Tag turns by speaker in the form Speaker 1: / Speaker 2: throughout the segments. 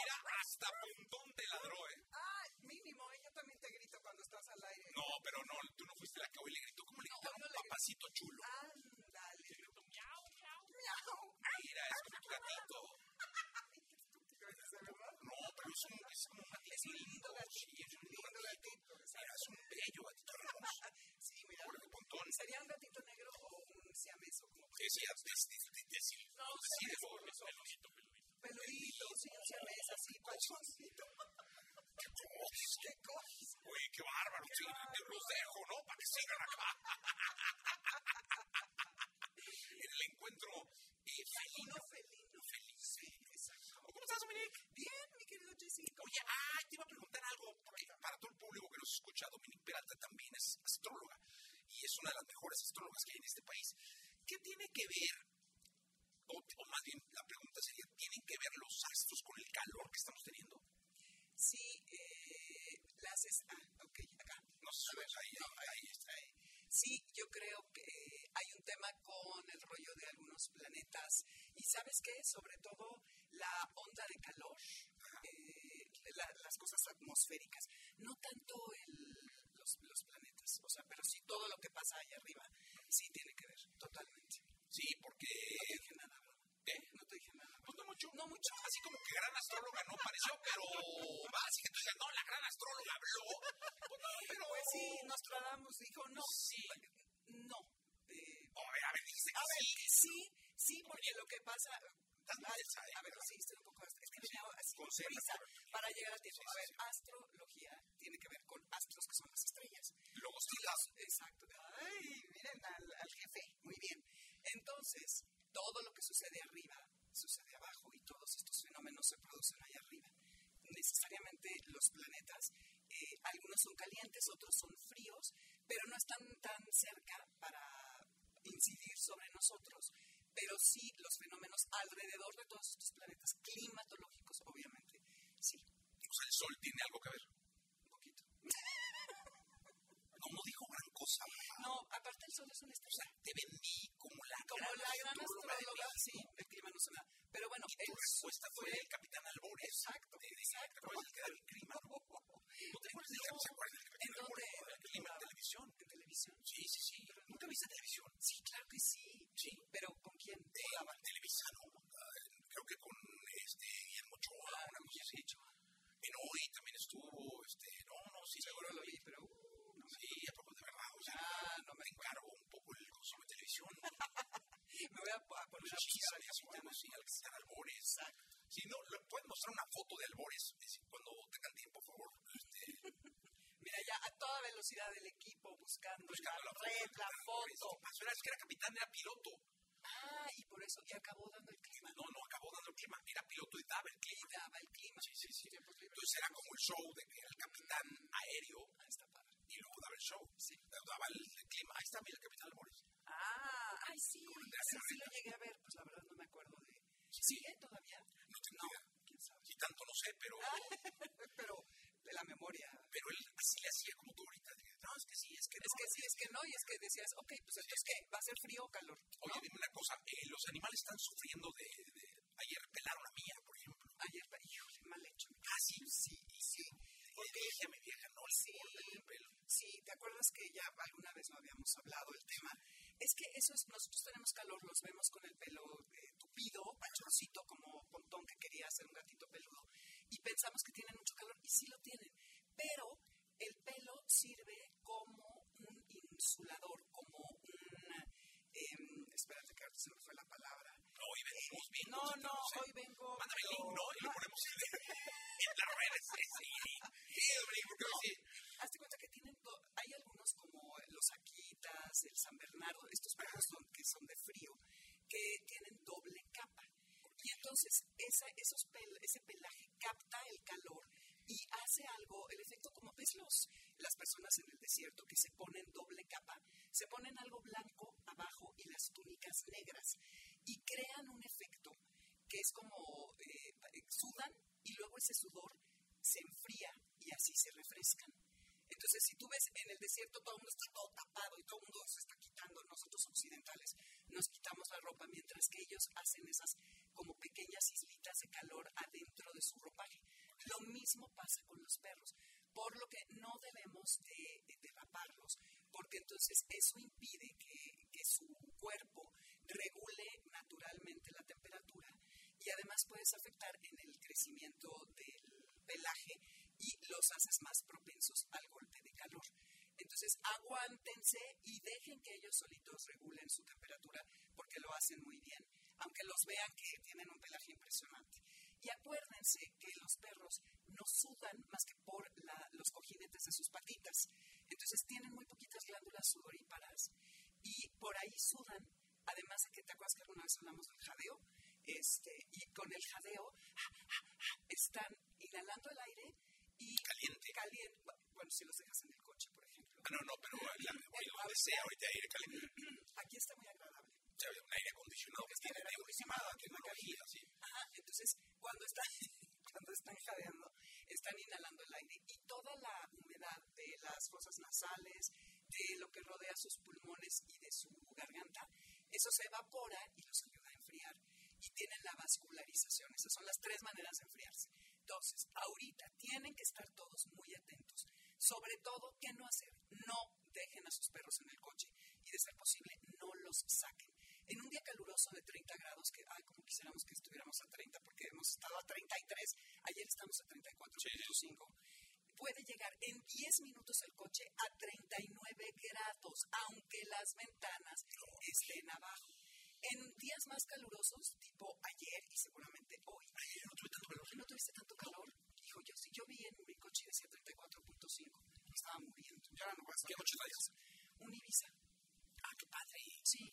Speaker 1: hasta puntón te ladró, ¿eh?
Speaker 2: Ay, Ah, mínimo, ella también te grita cuando estás al aire.
Speaker 1: No, pero no, tú no fuiste la que hoy le gritó. ¿Cómo le gritaron?
Speaker 2: no le grité.
Speaker 1: Papacito chulo.
Speaker 2: Ándale.
Speaker 3: Miau, miau.
Speaker 2: Miau.
Speaker 1: Mira, es como tu gatito.
Speaker 2: Ay, qué estúpido es ese, ¿verdad?
Speaker 1: No, pero es un, es como un es lindo sí, es un lindo gatito. Mira, es un bello gatito hermoso.
Speaker 2: Sí, mira.
Speaker 1: Pobre de puntón.
Speaker 2: ¿Sería un gatito negro o un siameso? Como
Speaker 1: Ese ya te decir. No, sí, es peludito, peludito.
Speaker 2: peludito, sí, un siamés, así, pachoncito.
Speaker 1: Qué cosa.
Speaker 2: Qué cosa.
Speaker 1: Uy, qué bárbaro. Sí, te los dejo, ¿no? Para que sigan acá. En el encuentro eh, felino.
Speaker 2: Uno felino.
Speaker 1: Feliz. Sí, exacto. ¿Cómo estás, Dominic?
Speaker 2: Bien, mi querido Jessico.
Speaker 1: Oye, ah, te iba a preguntar algo, porque para todo el público que nos escucha, Dominique Peralta también es astróloga y es una de las mejores astrólogas que hay en este país. ¿Qué tiene que ver, o, o más bien la pregunta sería, ¿tienen que ver los astros con el calor que estamos teniendo?
Speaker 2: Sí, eh, las está. Ok, acá.
Speaker 1: No sé si ves ahí, ahí, ahí está. ahí.
Speaker 2: eh. Sí, yo creo que eh, hay un tema con el rollo de algunos planetas y sabes qué, sobre todo la onda de calor, eh, la- las cosas atmosféricas, no tanto el- los, los planetas, o sea, pero sí todo lo que pasa allá arriba, sí tiene que ver, totalmente.
Speaker 1: Sí, porque...
Speaker 2: No te dije nada, ¿verdad?
Speaker 1: ¿Eh?
Speaker 2: No te dije nada.
Speaker 1: Pues no mucho. No mucho. Así como que gran astróloga no pareció, pero... va, Así que tú digas, no, la gran astróloga habló. Pues no, pero...
Speaker 2: Pues sí, Nostradamus dijo no,
Speaker 1: Sí.
Speaker 2: no. eh,
Speaker 1: No, a ver, a ver, dijiste que
Speaker 2: A ver,
Speaker 1: sí.
Speaker 2: sí, sí, porque lo que pasa.
Speaker 1: Estás muy
Speaker 2: Ay,
Speaker 1: tensa, ¿eh?
Speaker 2: a ver, sí, estoy un poco. Es que venía así con
Speaker 1: Concéntrate,
Speaker 2: prisa
Speaker 1: por favor.
Speaker 2: para llegar a tiempo.
Speaker 1: Sí,
Speaker 2: A
Speaker 1: sí,
Speaker 2: ver,
Speaker 1: sí.
Speaker 2: astrología tiene que ver con astros, que son las estrellas.
Speaker 1: Luego sí, las...
Speaker 2: Exacto. Ay, miren al, al jefe. Muy bien. Entonces, todo lo que sucede arriba sucede abajo y todos estos fenómenos se producen allá arriba. Necesariamente los planetas, eh, algunos son calientes, otros son fríos, pero no están tan cerca para incidir sobre nosotros. Pero sí los fenómenos alrededor de todos estos planetas, climatológicos, obviamente. Sí,
Speaker 1: O sea, el sol tiene algo que ver.
Speaker 2: un poquito.
Speaker 1: No dijo gran cosa, ¿verdad?
Speaker 2: No, aparte el sol es una
Speaker 1: O sea,
Speaker 2: estrella.
Speaker 1: te vendí como la
Speaker 2: como la gran
Speaker 1: astróloga de
Speaker 2: astróloga,
Speaker 1: México.
Speaker 2: sí, el clima no se me da. Pero bueno,
Speaker 1: Tu
Speaker 2: el- ¿eh?
Speaker 1: respuesta fue el capitán Albores. Exacto. ¿Te exacto. ¿Te acuerdas del que era el clima? ¿No te acuerdas del que se acuerda del capitán
Speaker 2: ¿En dónde?
Speaker 1: Albores? El clima en televisión.
Speaker 2: en televisión.
Speaker 1: Sí, sí, sí. ¿Nunca viste televisión?
Speaker 2: Sí, claro que sí.
Speaker 1: Sí.
Speaker 2: Pero ¿con quién?
Speaker 1: Eh, Televisa, ¿no? Ah, Creo que con este Guillermo Ochoa, una cosa así. En hoy también estuvo, este, no, no, sí. Seguro
Speaker 2: lo vi, pero, uh, no Ah,
Speaker 1: Sí, a poco de verdad, o sea, no me encargo un poco el consumo de televisión.
Speaker 2: Me voy a, po- a poner a buscar
Speaker 1: Chisanes o algo así, al
Speaker 2: pues.
Speaker 1: que están albores. Sí, no, le pueden mostrar una foto de albores Es decir, cuando tengan tiempo, por favor. Este,
Speaker 2: Mira, ya a toda velocidad del equipo buscando,
Speaker 1: buscando
Speaker 2: la, red, la foto.
Speaker 1: Pasó, era, es ah, que era capitán, era piloto.
Speaker 2: Ah, y por eso ya acabó dando el clima.
Speaker 1: No, no, acabó dando el clima. Era piloto y daba el clima.
Speaker 2: Y daba el clima.
Speaker 1: Sí, sí, sí. Entonces era como el show de que era el capitán aéreo
Speaker 2: Ah,
Speaker 1: y luego daba el show. Daba el, el clima. Ahí está, mira, el capitán albores
Speaker 2: Ah, ay, sí. Sí, sí lo
Speaker 1: carrera.
Speaker 2: llegué a ver, pues la verdad no me acuerdo de. ¿Sigue todavía?
Speaker 1: No tengo
Speaker 2: No,
Speaker 1: idea.
Speaker 2: quién sabe.
Speaker 1: Y tanto no sé, pero...
Speaker 2: Ah. pero de la memoria.
Speaker 1: pero él así le hacía como tú ahorita. de, No, es que sí, es que
Speaker 2: Es que sí, es que no, y es que decías, ok, pues entonces qué, ¿va a ser frío o calor? ¿No?
Speaker 1: Oye, dime una cosa, eh, los animales están sufriendo de, de- Ayer pelaron a mía, por ejemplo.
Speaker 2: Ayer, pa- híjole, mal hecho.
Speaker 1: Ah, sí, sí, sí. Porque dije a mi vieja, no le importa ni un pelo.
Speaker 2: Sí, ¿te acuerdas que ya alguna vez lo habíamos hablado el tema? Es que eso es, nosotros tenemos calor, los vemos con el pelo eh, tupido, pachoncito, como Pontón que quería hacer un gatito peludo, y pensamos que tienen mucho calor, y sí lo tienen, pero el pelo sirve como un insulador, como un... em, espérate que ahorita se me fue la palabra.
Speaker 1: No, hoy venimos bien.
Speaker 2: No, no,
Speaker 1: concentrados,
Speaker 2: hoy
Speaker 1: ¿eh?
Speaker 2: vengo...
Speaker 1: Mándame el link,
Speaker 2: pero-
Speaker 1: ¿no? Y lo ponemos en, en las redes. Sí, sí, sí, hombre, porque hoy sí.
Speaker 2: Hazte cuenta que tienen do- hay algunos como los Aquitas, el San Bernardo, estos perros son, que son de frío, que tienen doble capa. Y entonces esa, esos pel- ese pelaje capta el calor y hace algo, el efecto como ves los, las personas en el desierto que se ponen doble capa, se ponen algo blanco abajo y las túnicas negras y crean un efecto que es como eh, sudan y luego ese sudor se enfría y así se refrescan. Entonces, si tú ves en el desierto, todo el mundo está todo tapado y todo el mundo se está quitando. Nosotros occidentales nos quitamos la ropa, mientras que ellos hacen esas como pequeñas islitas de calor adentro de su ropaje. Lo mismo pasa con los perros, por lo que no debemos de, de derraparlos, porque entonces eso impide que, que su cuerpo regule naturalmente la temperatura y además puedes afectar en el crecimiento del pelaje y los haces más propensos al golpe de calor. Entonces, aguántense y dejen que ellos solitos regulen su temperatura porque lo hacen muy bien, aunque los vean que tienen un pelaje impresionante. Y acuérdense que los perros no sudan más que por la, los cojinetes de sus patitas. Entonces, tienen muy poquitas glándulas sudoríparas y por ahí sudan. Además de que te acuerdas que alguna vez hablamos del jadeo, este, y con el jadeo ah, ah, ah, están inhalando el aire y
Speaker 1: Caliente.
Speaker 2: caliente. Bueno, si los dejas en el coche, por ejemplo.
Speaker 1: Ah, no, no, pero la, hoy donde sea, ahorita aire caliente.
Speaker 2: Aquí está muy agradable.
Speaker 1: Ya había un aire acondicionado que tiene aire acondicionado, tecnología, sí.
Speaker 2: Ajá, entonces, cuando están, cuando están jadeando, están inhalando el aire y toda la humedad de las fosas nasales, de lo que rodea sus pulmones y de su garganta, eso se evapora y los ayuda a enfriar. Y tienen la vascularización. Esas son las tres maneras de enfriarse. Entonces, ahorita tienen que estar todos muy atentos. Sobre todo, ¿qué no hacer? No dejen a sus perros en el coche y, de ser posible, no los saquen. En un día caluroso de 30 grados, que, ay, como quisiéramos que estuviéramos a 30, porque hemos estado a 33, ayer estamos a 34.5, puede llegar en 10 minutos el coche a 39 grados, aunque las ventanas estén abajo. En días más calurosos, tipo ayer y seguramente hoy, no tuve tanto calor. ¿No tuviste tanto calor? Hijo, yo sí, yo vi en mi coche y decía 34.5, me estaba muriendo. Yo ahora no voy a saber
Speaker 1: ¿Qué coche traías?
Speaker 2: Un Ibiza. Ah, qué padre. Sí.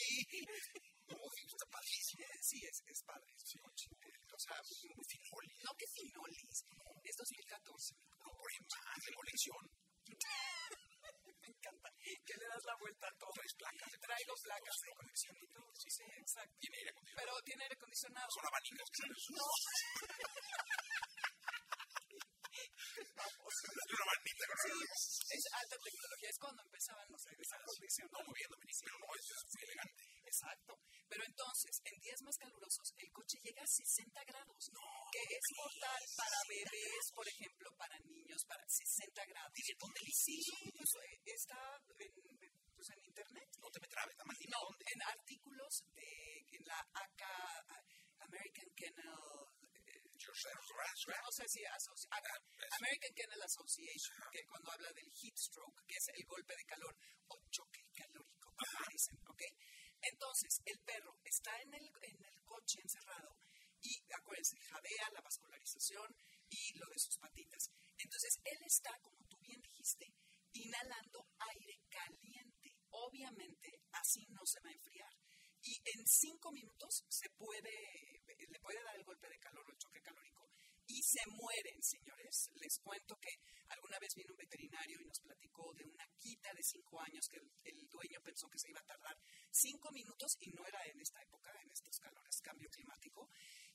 Speaker 1: Uy, está padrísimo.
Speaker 2: Sí, es, es padre. Es un coche. O sea,
Speaker 1: Finolis.
Speaker 2: no que finolis. Es 2014.
Speaker 1: No, por ejemplo, de colección.
Speaker 2: Me encanta. Que le das la vuelta a todo. Traes placas. Traigo placas de colección y todo. Sí, sí, exacto.
Speaker 1: Tiene aire acondicionado.
Speaker 2: Pero tiene aire acondicionado.
Speaker 1: Son abanicos que salen.
Speaker 2: No,
Speaker 1: Es una manita con
Speaker 2: sí, es alta tecnología. Es cuando empezaban los aires acondicionados.
Speaker 1: moviéndome ni siquiera. No, es muy elegante.
Speaker 2: Exacto. Pero entonces, en días más calurosos, el coche llega a 60 grados, que es mortal para bebés, por ejemplo, para niños, para 60 grados. ¿Y dónde Sí, pues, eh, está en, pues, en internet.
Speaker 1: No te me trabes, la maldita.
Speaker 2: No, en artículos de en la ACA, American Kennel, eh, no sé si asoci- ACA, American Kennel Association, que cuando habla del heat stroke, que es el golpe de calor o choque calórico, como le dicen, ¿ok? Entonces, el perro está en el, en el coche encerrado y, acuérdense, jadea la vascularización y lo de sus patitas. Entonces, él está, como tú bien dijiste, inhalando aire caliente. Obviamente, así no se va a enfriar. Y en cinco minutos se puede, le puede dar el golpe de calor o el choque calórico y se mueren, señores. Les cuento que alguna vez vino un veterinario y nos platicó de una quita de cinco años que el, el dueño pensó que se iba a tardar cinco minutos y no era en esta época, en estos calores, cambio climático.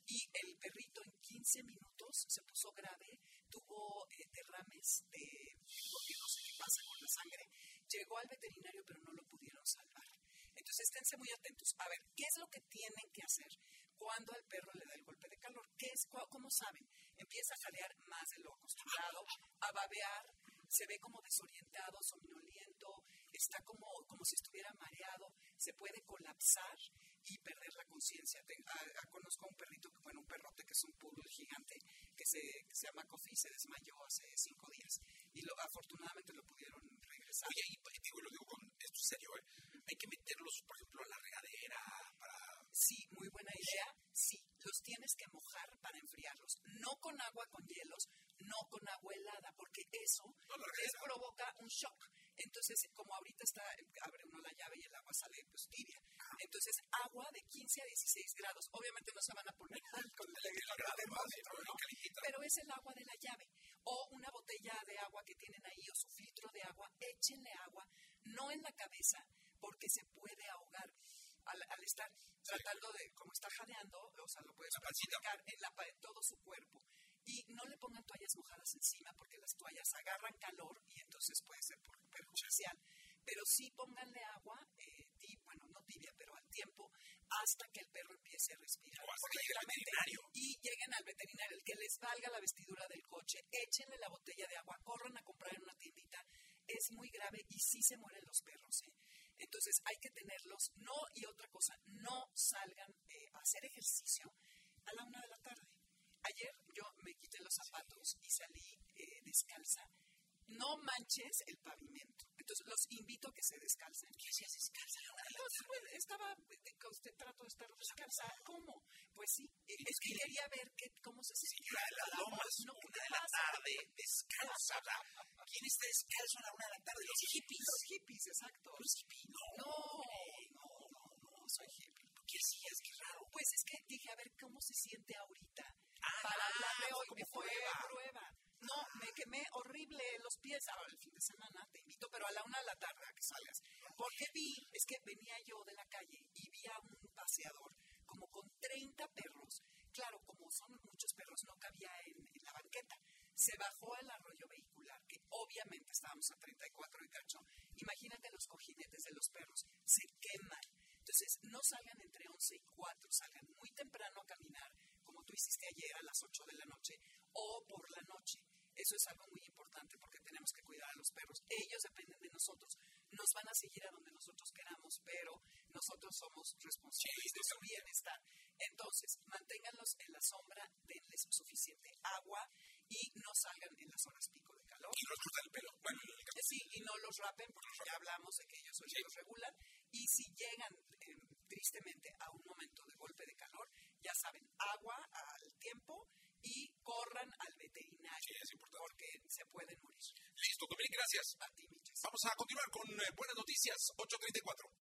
Speaker 2: Y el perrito en 15 minutos se puso grave, tuvo eh, derrames de, porque no sé qué pasa con la sangre. Llegó al veterinario pero no lo pudieron salvar. Entonces esténse muy atentos. A ver, ¿qué es lo que tienen que hacer cuando al perro le da el golpe de calor? ¿Qué es, cua- ¿Cómo saben? Empieza a jadear más de lo acostumbrado, a babear, se ve como desorientado, somnoliento, está como, como si estuviera mareado, se puede colapsar y perder la conciencia. Te- a- a- Conozco a un perrito, que- bueno, un perrote que es un poodle gigante que se, que se llama Coffee y se desmayó hace cinco días. Y lo, afortunadamente lo pudieron regresar.
Speaker 1: Oye, y y digo, y lo digo con esto es serio, ¿eh? Hay que meterlos, por ejemplo, a la regadera para.
Speaker 2: Sí, muy buena idea. Sí, los tienes que mojar para enfriarlos. No con agua con hielos, no con agua helada, porque eso
Speaker 1: No, la
Speaker 2: les
Speaker 1: regadera.
Speaker 2: provoca un shock. Entonces, como ahorita está, abre uno la llave y el agua sale pues tibia. Entonces, agua de 15 a 16 grados. Obviamente no se van a poner alcohol de
Speaker 1: Grande,
Speaker 2: grado,
Speaker 1: madre, pero bien calentita.
Speaker 2: pero es el agua de la llave o una botella de agua que tienen ahí o su filtro de agua, échenle agua, no en la cabeza, porque se puede ahogar al, al estar tratando de, como está jadeando, o sea, lo puedes
Speaker 1: La pancita.
Speaker 2: aplicar en, la, pa- en todo su cuerpo. Y no le pongan toallas mojadas encima porque las toallas agarran calor y entonces puede ser por- perjudicial. Pero sí pónganle agua, eh, ti- bueno, no tibia, pero al tiempo, hasta que el perro empiece a respirar.
Speaker 1: O hasta que llegue el
Speaker 2: Regularmente.
Speaker 1: veterinario.
Speaker 2: Y lleguen al veterinario, el que les valga la vestidura del coche, échenle la botella de agua, corran a comprar en una tiendita. Es muy grave y sí se mueren los perros. ¿eh? Entonces hay que tenerlos. No, y otra cosa, no salgan eh, a hacer ejercicio a la una de la tarde. Ayer yo me quité los zapatos y salí eh, descalza. No manches el pavimento. Entonces los invito a que se descalcen. ¿Qué hacías descalza? estaba, eh, con este trato de estar descalza. ¿Cómo? Pues sí. eh, Es que quería ver qué, cómo se sentía.
Speaker 1: Señora de las
Speaker 2: la
Speaker 1: Lomas,
Speaker 2: voz, ¿no? ¿Qué
Speaker 1: una
Speaker 2: te
Speaker 1: de la
Speaker 2: pasa?
Speaker 1: tarde, descalza. o sea, ¿Quién está este descalzo a la una de la tarde? Los hippies.
Speaker 2: Los hippies, exacto.
Speaker 1: Los hippies, no.
Speaker 2: No, no, no, no, soy hippie.
Speaker 1: ¿Por qué hacías? Qué raro.
Speaker 2: Pues es que dije, a ver cómo se siente ahorita.
Speaker 1: Ah,
Speaker 2: para
Speaker 1: fue
Speaker 2: hablarle
Speaker 1: Ah,
Speaker 2: hoy,
Speaker 1: como
Speaker 2: me fue
Speaker 1: prueba.
Speaker 2: prueba. No, me quemé horrible los pies. Ahora, el fin de semana te invito, pero a la una de la tarde a que salgas. Porque vi, es que venía yo de la calle y vi a un paseador como con 30 perros. Claro, como son muchos perros, no cabía en, en la banqueta. Se bajó el arroyo vehicular, que obviamente estábamos a 34 y cacho. Imagínate los cojinetes de los perros, se queman. Entonces, no salgan entre 11 y 4, salgan muy temprano a caminar, como tú hiciste ayer a las 8 de la noche, o por la noche. Eso es algo muy importante porque tenemos que cuidar a los perros. Ellos dependen de nosotros. Nos van a seguir a donde nosotros queramos, pero nosotros somos responsables de su bienestar. Entonces, manténganlos en la sombra, denles suficiente agua y no salgan en las horas pico de calor.
Speaker 1: Y no les cortan el pelo. Bueno, en el
Speaker 2: Sí, y no los rapen porque ya hablamos de que ellos solitos regulan. Y si llegan eh, tristemente a un momento de golpe de calor, ya saben, agua al tiempo y corran al veterinario
Speaker 1: Sí, es importante.
Speaker 2: porque se pueden morir.
Speaker 1: Listo, Dominic, gracias.
Speaker 2: A ti, Miches.
Speaker 1: Vamos a continuar con eh, buenas noticias, 8.34.